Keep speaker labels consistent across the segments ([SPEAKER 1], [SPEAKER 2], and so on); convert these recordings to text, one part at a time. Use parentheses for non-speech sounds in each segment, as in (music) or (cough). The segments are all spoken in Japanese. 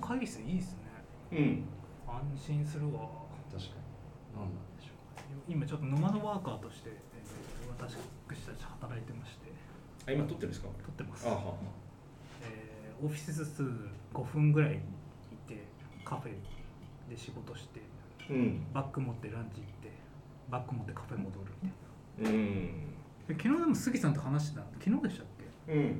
[SPEAKER 1] 会議室いいですね
[SPEAKER 2] うん
[SPEAKER 1] 安心するわ
[SPEAKER 2] 確かに何なんでしょう
[SPEAKER 1] 今ちょっとノマドワーカーとして、えー私たち働いてまして
[SPEAKER 2] あ今撮ってるんですか
[SPEAKER 1] 撮ってます
[SPEAKER 2] あは
[SPEAKER 1] えーオフィス数5分ぐらい行ってカフェで仕事して
[SPEAKER 2] うん
[SPEAKER 1] バッグ持ってランチ行ってバッグ持ってカフェ戻るみたい
[SPEAKER 2] うん
[SPEAKER 1] なで昨日でも杉さんと話してた昨日でしたっけ
[SPEAKER 2] うんうん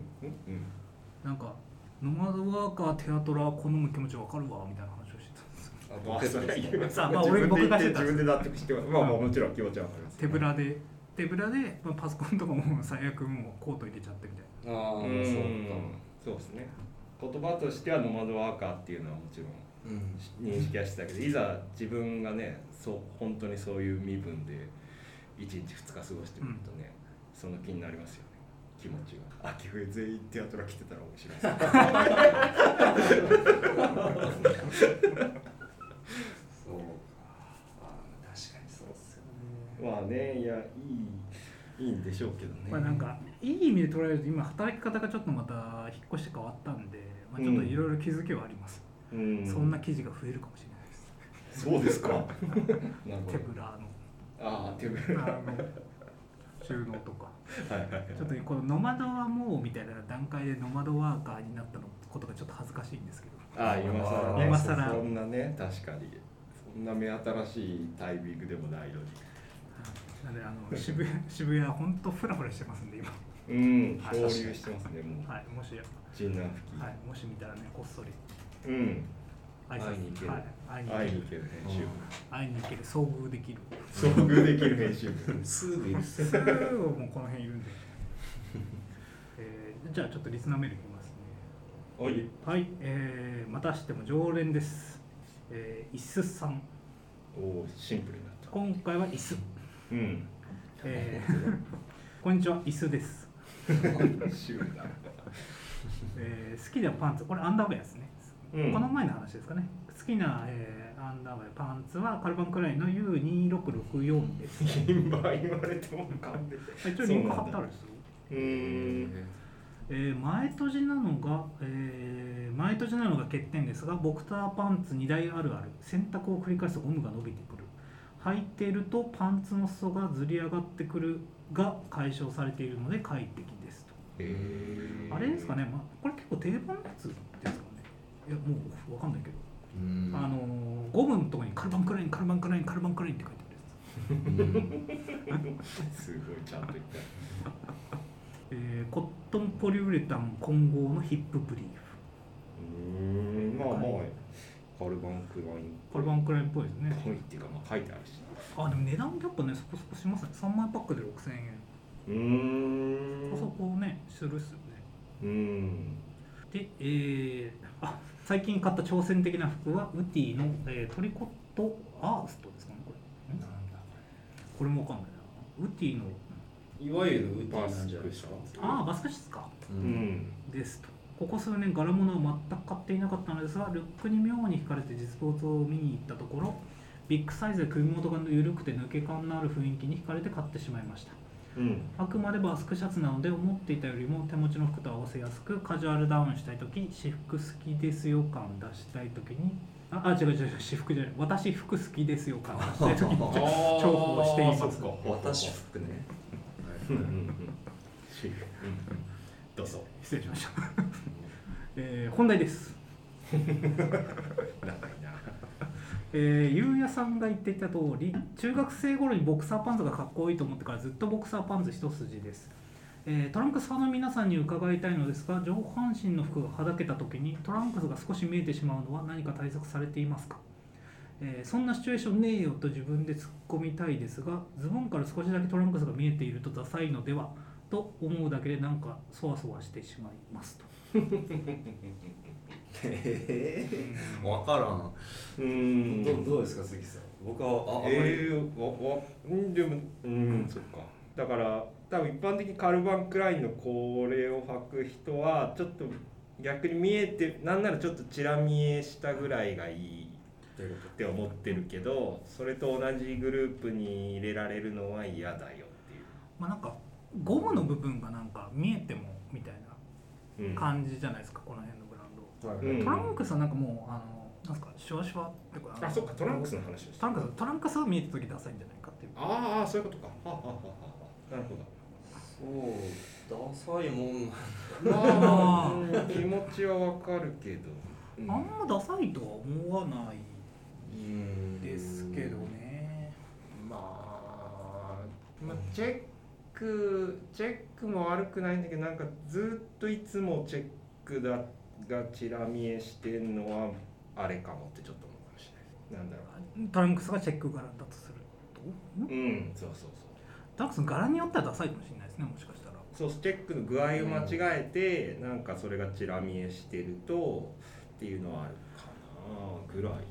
[SPEAKER 1] なんかノマドワーカーテアトラ好む気持ちわかるわみたいな話をしてたんですよ
[SPEAKER 2] あ僕それは言う
[SPEAKER 1] さあまあ
[SPEAKER 2] 自分で
[SPEAKER 1] 俺僕
[SPEAKER 2] 言
[SPEAKER 1] が
[SPEAKER 2] って
[SPEAKER 1] してた
[SPEAKER 2] 自分で納得してますまあまあもちろん気持ちはわかります
[SPEAKER 1] 手ぶらで手ぶらで、まあ、パソコンとかも最悪もうコート入れちゃってみたい
[SPEAKER 3] ああ
[SPEAKER 2] う
[SPEAKER 3] そ
[SPEAKER 2] ん
[SPEAKER 3] うか
[SPEAKER 2] そうですね言葉としてはノマドワーカーっていうのはもちろん
[SPEAKER 3] うん
[SPEAKER 2] 認識はしてたけどいざ自分がねそう本当にそういう身分で1日2日過ごしてみるとね、その気になりますよね気持ちが秋冬全員テアトラ来てたら面白いですね
[SPEAKER 3] そうかあー確かにそうっすよね
[SPEAKER 2] まあねいやいいいいんでしょうけどね
[SPEAKER 1] な、まあ、なんかいい意味で捉えると今働き方がちょっとまた引っ越して変わったんで、まあ、ちょっといろいろ気づきはあります、
[SPEAKER 2] うん
[SPEAKER 1] そんな記事が増えるかもしれないです
[SPEAKER 2] そう
[SPEAKER 1] (laughs)
[SPEAKER 2] ですかなるほ
[SPEAKER 1] 手
[SPEAKER 2] ど
[SPEAKER 1] ぶらの
[SPEAKER 2] ああ手ぶ
[SPEAKER 1] あ
[SPEAKER 2] らは
[SPEAKER 1] の収納とか
[SPEAKER 2] いはいはい
[SPEAKER 1] ちょっとこの「ノマドはもう」みたいな段階でノマドワーカーになったのことがちょっと恥ずかしいんですけど
[SPEAKER 2] ああ今更ね
[SPEAKER 1] 今更
[SPEAKER 2] そんなね確かにそんな目新しいタイミングでもないのに
[SPEAKER 1] はいなんであ
[SPEAKER 2] (laughs)
[SPEAKER 1] の渋谷渋谷本当フラフラしてますんで今
[SPEAKER 2] うん
[SPEAKER 1] はい
[SPEAKER 2] 漂流してますねもう
[SPEAKER 1] はいもし、
[SPEAKER 2] 陣南付近
[SPEAKER 1] はい、もし見たらねこっそり
[SPEAKER 2] うん
[SPEAKER 1] 挨拶
[SPEAKER 2] 会いに行ける
[SPEAKER 1] はい、会いに行
[SPEAKER 2] 会い
[SPEAKER 1] け
[SPEAKER 2] に
[SPEAKER 1] る
[SPEAKER 2] 行ける編集
[SPEAKER 1] 会いに行ける遭遇で
[SPEAKER 2] (laughs)
[SPEAKER 1] きる
[SPEAKER 2] 遭遇できる編集部
[SPEAKER 3] すぐいるっす
[SPEAKER 1] すぐもうこの辺いるんで、えーじゃあちょっとリスナーメールいきますね
[SPEAKER 2] おい
[SPEAKER 1] はい、えー、またしても常連です、えー、イスさん
[SPEAKER 2] おーシンプルになった
[SPEAKER 1] 今回はイス、 (laughs)
[SPEAKER 2] うん
[SPEAKER 1] えー
[SPEAKER 2] (laughs)
[SPEAKER 1] こんにちはイスです、
[SPEAKER 2] シュールだ
[SPEAKER 1] えー好きなパンツこれアンダーウェアですね、
[SPEAKER 2] うん
[SPEAKER 1] この前の話ですかね好きな、えーアンダーウェアパンツはカルバンクラインの U2664 です
[SPEAKER 2] (laughs) 今言われても勘で
[SPEAKER 1] 一応リンク貼ってあるんですよ
[SPEAKER 2] うーん
[SPEAKER 1] えー前閉じなのが、えー前閉じなのが欠点ですがボクターパンツ2台あるある洗濯を繰り返すとゴムが伸びてくる履いているとパンツの裾がずり上がってくるが解消されているので快適ですと、あれですかね、まあ、これ結構定番のやつですかねいやもうわかんないけど、
[SPEAKER 3] うん
[SPEAKER 1] あのーゴムのところにカルバンクラインカルバンクラインカルバンクラインって書いてあるやつ
[SPEAKER 3] うん
[SPEAKER 2] すごいちゃんと言った
[SPEAKER 1] えーコットンポリウレタン混合のヒップブリーフ
[SPEAKER 2] うーんまあまあカルバンクライン
[SPEAKER 1] カルバンクラインっぽいですね
[SPEAKER 2] っぽいっていうかまあ書いてあるし
[SPEAKER 1] あでも値段やっぱねそこそこしますね3枚パックで6000円
[SPEAKER 2] うーん
[SPEAKER 1] そこそこねするっすよね
[SPEAKER 2] うん
[SPEAKER 1] でえー、あ最近買った挑戦的な服はウティの、えートリコットアーストですかねこれん
[SPEAKER 3] なんだ
[SPEAKER 1] これもわかんないなウティの
[SPEAKER 3] いわゆるウッディなんじゃないですか
[SPEAKER 1] ああバスクシスか
[SPEAKER 3] う
[SPEAKER 2] うんん
[SPEAKER 1] ですとここ数年柄物は全く買っていなかったのですがルックに妙に惹かれて実物を見に行ったところビッグサイズで首元が緩くて抜け感のある雰囲気に惹かれて買ってしまいました
[SPEAKER 2] うん
[SPEAKER 1] あくまでバスクシャツなので思っていたよりも手持ちの服と合わせやすくカジュアルダウンしたい時私服好きですよ感を出したい時にああ違う違う違う私服じゃない私服好きですよ感を出したい時に重宝しています
[SPEAKER 2] あーそっか
[SPEAKER 3] 私服ね
[SPEAKER 2] うんうんうんシュールうんどうぞ
[SPEAKER 1] 失礼しました、えー本題です
[SPEAKER 2] 長いな
[SPEAKER 1] えー、ゆうやさんが言っていた通り中学生頃にボクサーパンツがかっこいいと思ってからずっとボクサーパンツ一筋です、えートランクス派の皆さんに伺いたいのですが上半身の服がはだけた時にトランクスが少し見えてしまうのは何か対策されていますか、えーそんなシチュエーションねえよと自分で突っ込みたいですがズボンから少しだけトランクスが見えているとダサいのではと思うだけでなんかそわそわしてしまいますと
[SPEAKER 3] へえわからん
[SPEAKER 2] う
[SPEAKER 3] ど
[SPEAKER 2] ん
[SPEAKER 3] どうですか関さん僕はああんまり
[SPEAKER 2] えー、わわうんでもうんそっかだから多分一般的にカルバン・クラインのこれを履く人はちょっと逆に見えてなんならちょっとちら見えしたぐらいがいい
[SPEAKER 3] というこ
[SPEAKER 2] って思ってるけどそれと同じグループに入れられるのは嫌だよっ
[SPEAKER 1] まあなんかゴムの部分がなんか見えてもみたいな
[SPEAKER 2] ていう、うん、
[SPEAKER 1] 感じじゃないですかこの辺のブランド
[SPEAKER 3] はい
[SPEAKER 2] うん
[SPEAKER 1] トランクスはなんかもうあのなんすかシュワシュワってこう
[SPEAKER 2] あそっかトランクスの話でし
[SPEAKER 1] ト
[SPEAKER 2] た
[SPEAKER 1] ランクストランクスは見えた時ダサいんじゃないかっていう
[SPEAKER 2] ああそういうことかははははなるほど
[SPEAKER 3] そうダサいもん
[SPEAKER 2] まあ
[SPEAKER 1] あ
[SPEAKER 2] うん気持ちはわかるけど、
[SPEAKER 3] う
[SPEAKER 1] あんまダサいとは思わない
[SPEAKER 3] ん
[SPEAKER 1] ですけどね
[SPEAKER 2] まあ、まあチェックチェックも悪くないんだけどなんかずっといつもチェックだがチラ見えしてんのはあれかもってちょっと思うかもしれないなんだろ
[SPEAKER 1] トランクスがチェック柄だとするとん
[SPEAKER 2] ううんそうそうそ
[SPEAKER 1] トランクスの柄によってはダサいかもしれないですねもしかしたら
[SPEAKER 2] うそうチェックの具合を間違えて、なんかそれがチラ見えしてるとっていうのはあるかなぐらい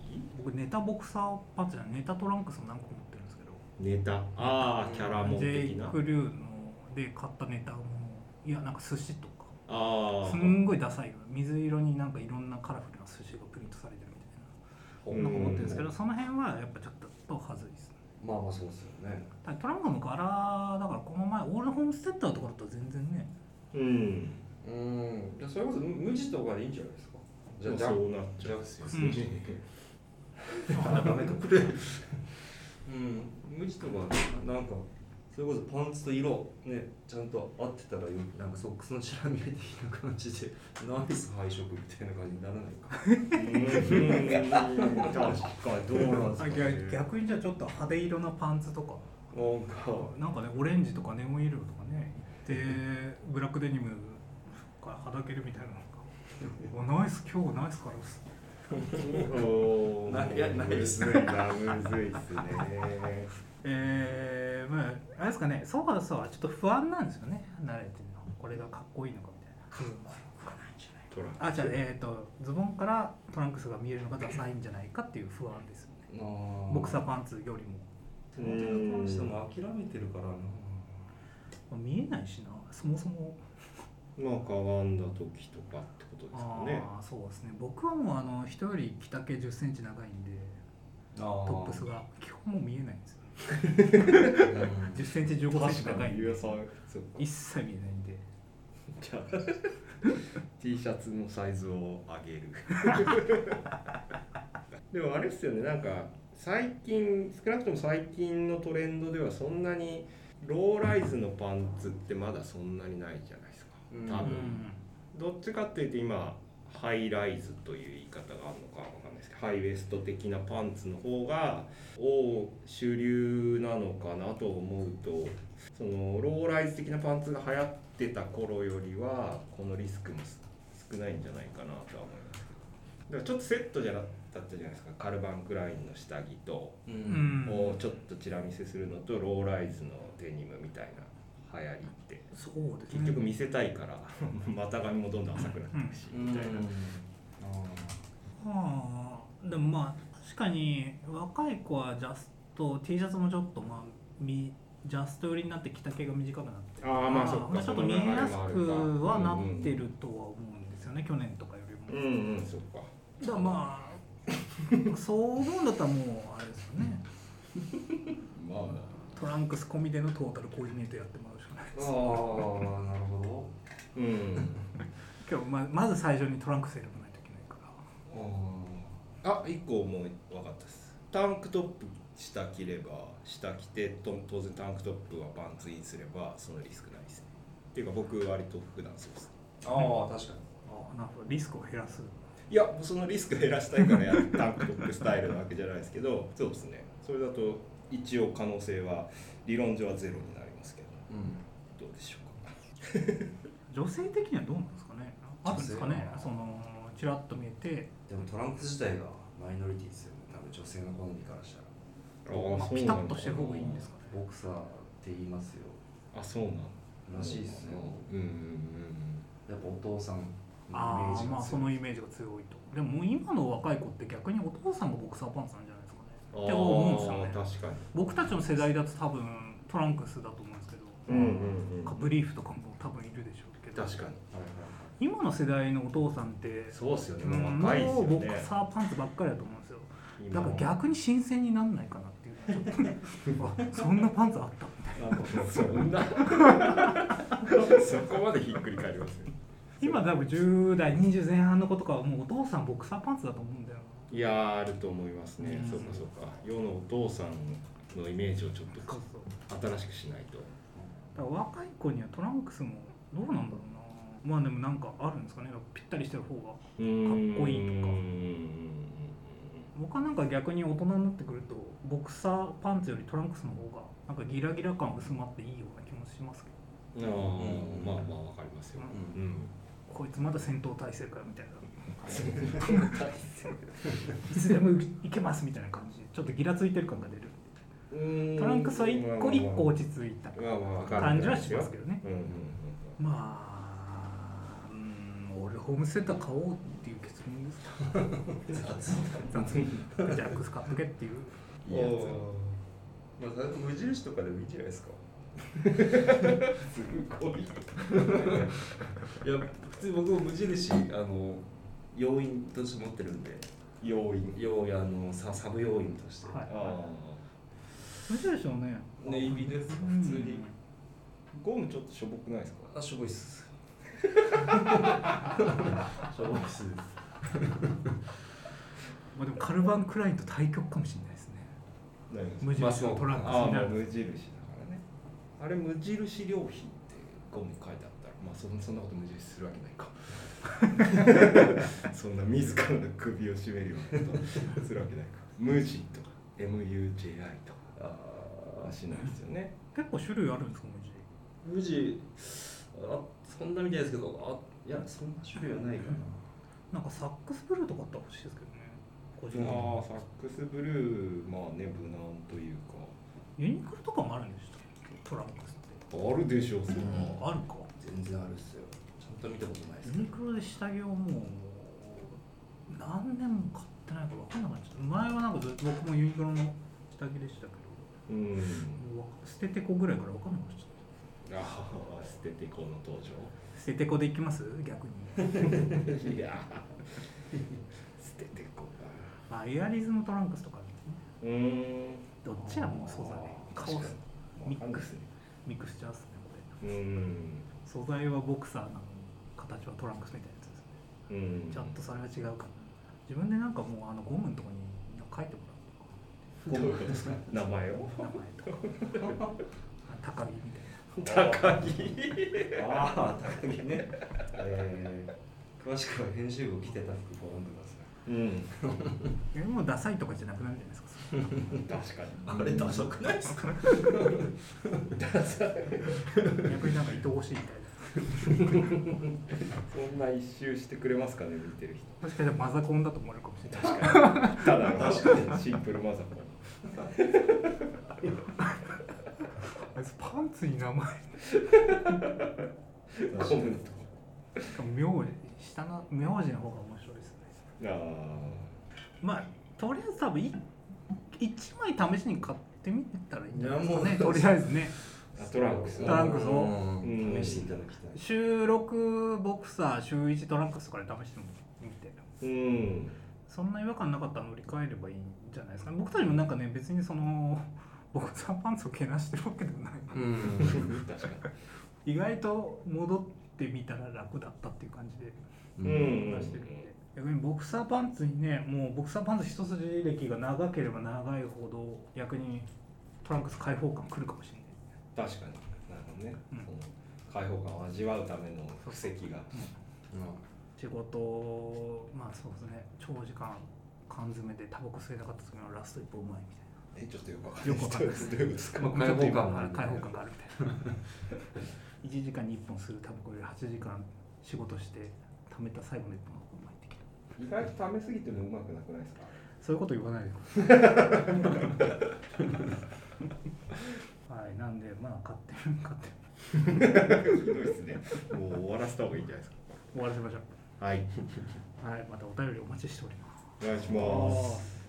[SPEAKER 1] 僕ネタボクサーパンツじゃないネタトランクスも何個も持ってるんですけど
[SPEAKER 2] ネタああキャラモン
[SPEAKER 1] ジ
[SPEAKER 2] 的
[SPEAKER 1] ェイ
[SPEAKER 2] な
[SPEAKER 1] ク・リュウので買ったネタもいやなんか寿司とか
[SPEAKER 2] ああ
[SPEAKER 1] すんごいダサいよ水色になんかいろんなカラフルな寿司がプリントされてるみたいな
[SPEAKER 2] うん
[SPEAKER 1] なんか思ってるんですけどその辺はやっぱちょっとはずいですね
[SPEAKER 3] まあまあそうですよね
[SPEAKER 1] ただトランクの柄だからこの前オールホームセンターとかだったら全然ね
[SPEAKER 2] うん
[SPEAKER 3] うんじゃあそれこそ無無地とかでいいんじゃないですかじゃ
[SPEAKER 2] まあ
[SPEAKER 3] あジャ
[SPEAKER 2] そ
[SPEAKER 3] ン
[SPEAKER 2] うなっ
[SPEAKER 3] ジ
[SPEAKER 2] ちゃ
[SPEAKER 3] ャ
[SPEAKER 2] う
[SPEAKER 3] ンス
[SPEAKER 1] うん
[SPEAKER 3] 無地に行け
[SPEAKER 1] あ
[SPEAKER 3] ダメかこれうん無地とかなんかそれこそパンツと色ねちゃんと合ってたらよなんかソックスのチラ見え的な感じでナイス配色みたいな感じにならないか
[SPEAKER 2] うん確かにどうなんですか、ね、
[SPEAKER 1] 逆逆にじゃあちょっと派手色なパンツとか
[SPEAKER 3] なんか
[SPEAKER 1] なんかねオレンジとかネオン色とかねでブラックデニムからはだけるみたいなのがう
[SPEAKER 2] (laughs)
[SPEAKER 1] わナイス今日ナイスからです
[SPEAKER 2] おー
[SPEAKER 3] ないいやないですね
[SPEAKER 2] むずいなむずいっすね
[SPEAKER 1] えー、まああれですかねソファーソファーちょっと不安なんですよね慣れてるのこれがかっこいいのかみたいな
[SPEAKER 2] トラン
[SPEAKER 1] あじゃあえっ、とズボンからトランクスが見えるのがダサいんじゃないかっていう不安ですよねボクサーパンツよりも
[SPEAKER 3] 手元に関しても諦めてるからな
[SPEAKER 1] まあ見えないしなそもそも
[SPEAKER 2] まあ変わんだ時とかってことですかね
[SPEAKER 1] ああそうですね僕はもうあの人より着丈1 0ンチ長いんで
[SPEAKER 3] ト
[SPEAKER 1] トップスが基本もう見えないんですよ1 0ンチ1 5ンチ
[SPEAKER 2] 確
[SPEAKER 1] 高
[SPEAKER 2] か
[SPEAKER 1] いん
[SPEAKER 2] に
[SPEAKER 1] で
[SPEAKER 2] ゆうやさんそっか
[SPEAKER 1] 一切見えないんで
[SPEAKER 2] じゃあ T シャツのサイズを上げるでもあれっすよねなんか最近少なくとも最近のトレンドではそんなにローライズのパンツってまだそんなにないじゃないですか
[SPEAKER 3] うん
[SPEAKER 2] 多
[SPEAKER 1] う
[SPEAKER 2] 分、
[SPEAKER 1] ん
[SPEAKER 2] どっちかっていうと今ハイライズという言い方があるのかわかんないですけどハイウエスト的なパンツの方がお主流なのかなと思うとそのローライズ的なパンツが流行ってた頃よりはこのリスクも少ないんじゃないかなとは思いますけどだからちょっとセットじゃなかったじゃないですかカルバン・クラインの下着と
[SPEAKER 3] う
[SPEAKER 1] うんん
[SPEAKER 2] をちょっとチラ見せするのとローライズのデニムみたいな流行りって
[SPEAKER 1] そうですね
[SPEAKER 2] 結局見せたいから股上もどんどん浅くなってるしみたいな、
[SPEAKER 1] はあでもまあ確かに若い子はジャスト T シャツもちょっとまあみジャスト寄りになって着丈が短くなって
[SPEAKER 2] ああまあそっか
[SPEAKER 1] まあちょっと
[SPEAKER 2] そ
[SPEAKER 1] 見
[SPEAKER 2] の
[SPEAKER 1] え
[SPEAKER 2] 流れもあ
[SPEAKER 1] や
[SPEAKER 2] る
[SPEAKER 1] す
[SPEAKER 2] か
[SPEAKER 1] くはなってるとは思うんですよね、去年とかより
[SPEAKER 2] うん
[SPEAKER 1] も、
[SPEAKER 2] う
[SPEAKER 1] だか
[SPEAKER 2] ん、そっから
[SPEAKER 1] まあそう思うんだったらもうあれですよね
[SPEAKER 2] まあ
[SPEAKER 1] トランクス込みでのトータルコーディネートやってもらうしかない
[SPEAKER 3] ああなるほ
[SPEAKER 2] うん
[SPEAKER 1] 今日ままず最初にトランクス選ばないといけないから
[SPEAKER 3] どああ
[SPEAKER 2] あ一個もう分かったですタンクトップ下着れば下着てと当然タンクトップはパンツインすればそのリスクないですねっていうか僕割と普段そうです
[SPEAKER 3] ああ確かに
[SPEAKER 1] あなるほどリスクを減らす
[SPEAKER 2] いやそのリスク減らしたいからやる (laughs) タンクトップスタイルなわけじゃないですけどそうですねそれだと一応可能性は理論上はゼロになりますけど
[SPEAKER 3] うん
[SPEAKER 2] どうでしょうか
[SPEAKER 1] 女性的にはどうなんですかねあるんですか
[SPEAKER 3] 女性
[SPEAKER 1] ね
[SPEAKER 3] は
[SPEAKER 1] そのちらっと見えて
[SPEAKER 3] でもトランクス自体がマイノリティですよね多分女性の好みからしたら
[SPEAKER 1] まあ、ピタッとしてる方がいいんですかね
[SPEAKER 3] ボクサーって言いますよ
[SPEAKER 2] あそうなん
[SPEAKER 3] らしいですよ
[SPEAKER 2] うんうん
[SPEAKER 3] やっぱお父さんのイメ
[SPEAKER 1] あ
[SPEAKER 3] ー
[SPEAKER 1] あ
[SPEAKER 3] ジ
[SPEAKER 1] ま
[SPEAKER 3] が
[SPEAKER 1] あそ
[SPEAKER 3] 強
[SPEAKER 1] の
[SPEAKER 3] い
[SPEAKER 1] イメージが強いとでももう今の若い子って逆にお父さんがボクサーパンツなんじゃないですかね
[SPEAKER 2] うんうん
[SPEAKER 1] って思うんですよね
[SPEAKER 2] あー確かに
[SPEAKER 1] 僕たちの世代だと多分トランクスだと思うんですけど、
[SPEAKER 2] うんうんうん
[SPEAKER 1] かブリーフとかも多分いるでしょうけど
[SPEAKER 2] 確かに
[SPEAKER 3] はいはい
[SPEAKER 1] 今の世代のお父さんって
[SPEAKER 2] そうっすよね、
[SPEAKER 1] うん
[SPEAKER 2] 若いです
[SPEAKER 1] も
[SPEAKER 2] よ
[SPEAKER 1] うボク
[SPEAKER 2] ね
[SPEAKER 1] サーパンツばっかりだと思うんですよだ
[SPEAKER 2] 今
[SPEAKER 1] から逆に新鮮になんないかなっていうちょっと
[SPEAKER 2] (laughs)
[SPEAKER 1] ねあそんなパンツあったみたいな
[SPEAKER 2] (laughs) なんかそんなそこまでひっくり返りますよ
[SPEAKER 1] 今多分10代20前半の子とかはもうお父さんボクサーパンツだと思うんだよ
[SPEAKER 2] いやーあると思いますね、
[SPEAKER 1] うん
[SPEAKER 2] そうかそうか世のお父さんのイメージをちょっと
[SPEAKER 1] なそうそう
[SPEAKER 2] 新しくしないと
[SPEAKER 1] だから若い子にはトランクスもどうなんだろうなまあでもなんかあるんですかねぴったりしてる方が
[SPEAKER 2] うーん
[SPEAKER 1] かっこいいとか
[SPEAKER 2] うん
[SPEAKER 1] 僕はなんか逆に大人になってくるとボクサーパンツよりトランクスの方がなんかギラギラ感薄まっていいような気もしますけ
[SPEAKER 2] あー
[SPEAKER 3] うん
[SPEAKER 2] まあまあわかりますよ、
[SPEAKER 1] う
[SPEAKER 2] うん
[SPEAKER 1] どこいつまだ戦闘態勢かよみたいないつでもいけますみたいな感じでちょっとギラついてる感が出るトランクスは一個一個落ち着いた
[SPEAKER 2] まあまあわかる
[SPEAKER 1] 感じはしますけどね
[SPEAKER 2] うんうんうん
[SPEAKER 1] まあうん俺ホームセンター買おうっていう結論ですかジャックス買っとけっていう
[SPEAKER 3] いいやつまあ、無印とかでもいいんじゃない (laughs) ですかすごいいや普通僕も無印あの要員として持ってるんで
[SPEAKER 2] 要因
[SPEAKER 3] 要あのササブ要員として、
[SPEAKER 1] はい
[SPEAKER 2] あ
[SPEAKER 1] 無印はね
[SPEAKER 3] ネイビーです
[SPEAKER 1] うん
[SPEAKER 3] 普通に
[SPEAKER 2] ーゴムちょっとしょぼくないですか
[SPEAKER 3] あしょぼいっすしょぼいっす
[SPEAKER 1] まあ、でもカルバン・クラインと対局かもしれないですね
[SPEAKER 2] 何が
[SPEAKER 1] 無印のトランクス
[SPEAKER 2] あ
[SPEAKER 1] に
[SPEAKER 2] ー
[SPEAKER 1] な
[SPEAKER 2] まあ
[SPEAKER 1] る
[SPEAKER 2] 無印だからねあれ無印良品ってゴムに書いてあったらまあそんそんなこと無印するわけない (laughs) かそんな自らの首を絞めるようなことするわけないか無地とか MUJI と
[SPEAKER 3] あ
[SPEAKER 2] かは
[SPEAKER 3] ー
[SPEAKER 2] しないですよね
[SPEAKER 1] 結構種類あるんですか無印
[SPEAKER 3] 無地あそんなみたいですけどあいやそんな種類はないかな
[SPEAKER 1] なんかサックスブルーとかあったら欲しいですけどね個人的に
[SPEAKER 2] ああサックスブルーまあね無難というか
[SPEAKER 1] ユニクロとかもあるんでしたっけトランクスって
[SPEAKER 2] あるでしょうそんな
[SPEAKER 1] あるか
[SPEAKER 3] 全然あるっすよちゃんと見たことないっす
[SPEAKER 1] ユニクロで下着をもう何年も買ってないから分かんなくなっちゃった前はなんかずっと僕もユニクロの下着でしたけど
[SPEAKER 2] うん
[SPEAKER 1] もう捨ててこぐらいから分かんなくなっちゃった
[SPEAKER 2] ああ捨ててこの登 (laughs) 場
[SPEAKER 1] 捨ててこでいきます逆に
[SPEAKER 2] いやー捨ててこか
[SPEAKER 1] まあエアリズムトランクスとかあるんですね
[SPEAKER 2] うーん
[SPEAKER 1] どっちやもう素材
[SPEAKER 3] 確か
[SPEAKER 1] ミックスミックスチャーっすねこれ
[SPEAKER 2] うーん
[SPEAKER 1] 素材はボクサーなのに形はトランクスみたいなやつですね
[SPEAKER 2] うん
[SPEAKER 1] ちょっとそれは違うかな自分でなんかもうあのゴムのとこに書いても
[SPEAKER 2] ゴムですか名前を
[SPEAKER 1] らうとか名前とかあ高木みたい
[SPEAKER 2] 高木
[SPEAKER 3] ああ高木ね、えー、詳しくは編集部を着てた服ご覧くださ
[SPEAKER 2] う
[SPEAKER 3] い
[SPEAKER 2] ん
[SPEAKER 1] ないやもうダサいとかじゃなくなるじゃないですかそれ
[SPEAKER 2] 確かに
[SPEAKER 3] あれダサくないですか
[SPEAKER 1] 逆になんか愛おしいみたいな
[SPEAKER 2] そんな一周してくれますかね見てる人
[SPEAKER 1] もしかしたらマザコンだと思われるかもしれない
[SPEAKER 2] 確か
[SPEAKER 1] (laughs)
[SPEAKER 2] にただの
[SPEAKER 3] 確かに
[SPEAKER 2] シンプルマザコン
[SPEAKER 1] あいつパンツに名前
[SPEAKER 2] ゴムのと
[SPEAKER 1] しかも名字下の名字の方が面白いですね
[SPEAKER 2] ああ
[SPEAKER 1] まあとりあえず多分い一枚試しに買ってみたらいいんじゃないですか
[SPEAKER 3] い
[SPEAKER 1] ね
[SPEAKER 3] やも
[SPEAKER 1] と
[SPEAKER 3] う
[SPEAKER 1] りあえずね
[SPEAKER 2] あトランクス
[SPEAKER 1] トランクスを
[SPEAKER 3] うん試していただきたい
[SPEAKER 1] 収録ボクサー週1トランクスとかで試してみて
[SPEAKER 2] うん
[SPEAKER 1] そんな違和感なかったら乗り換えればいいんじゃないですかね僕たちもなんかね別にそのボクサーパンツをけなしてるわけでもない
[SPEAKER 3] うん
[SPEAKER 2] 確か
[SPEAKER 1] 意外と戻ってみたら楽だったっていう感じで
[SPEAKER 2] にうん
[SPEAKER 1] 出してるんで、逆にボクサーパンツにねもうボクサーパンツ一筋歴が長ければ長いほど逆にトランクス開放感来るかもしれない
[SPEAKER 2] 確かになるほどね
[SPEAKER 1] うん
[SPEAKER 2] その開放感を味わうための布石が
[SPEAKER 1] 仕事まあそうですね長時間缶詰でタバコ吸えなかった時のラスト一歩うまいみたいな
[SPEAKER 2] え (laughs) ちょっとよくわか
[SPEAKER 1] よくわかんない
[SPEAKER 2] どういうことですか
[SPEAKER 3] まあ開放感がある
[SPEAKER 1] 開放感があるみたいな1時間に1本するタバコより8時間仕事して貯めた最後の1本がうまい的な
[SPEAKER 2] 意外と溜めすぎてもうまくなくない (laughs) ですか
[SPEAKER 1] そういうこと言わないではいなんでまあ買ってる買ってる
[SPEAKER 2] ひどいですねもう終わらせた方がいいんじゃないです
[SPEAKER 1] 終わらせましょ
[SPEAKER 2] かはいう
[SPEAKER 1] はいまたお便りお待ちしております
[SPEAKER 2] お願いします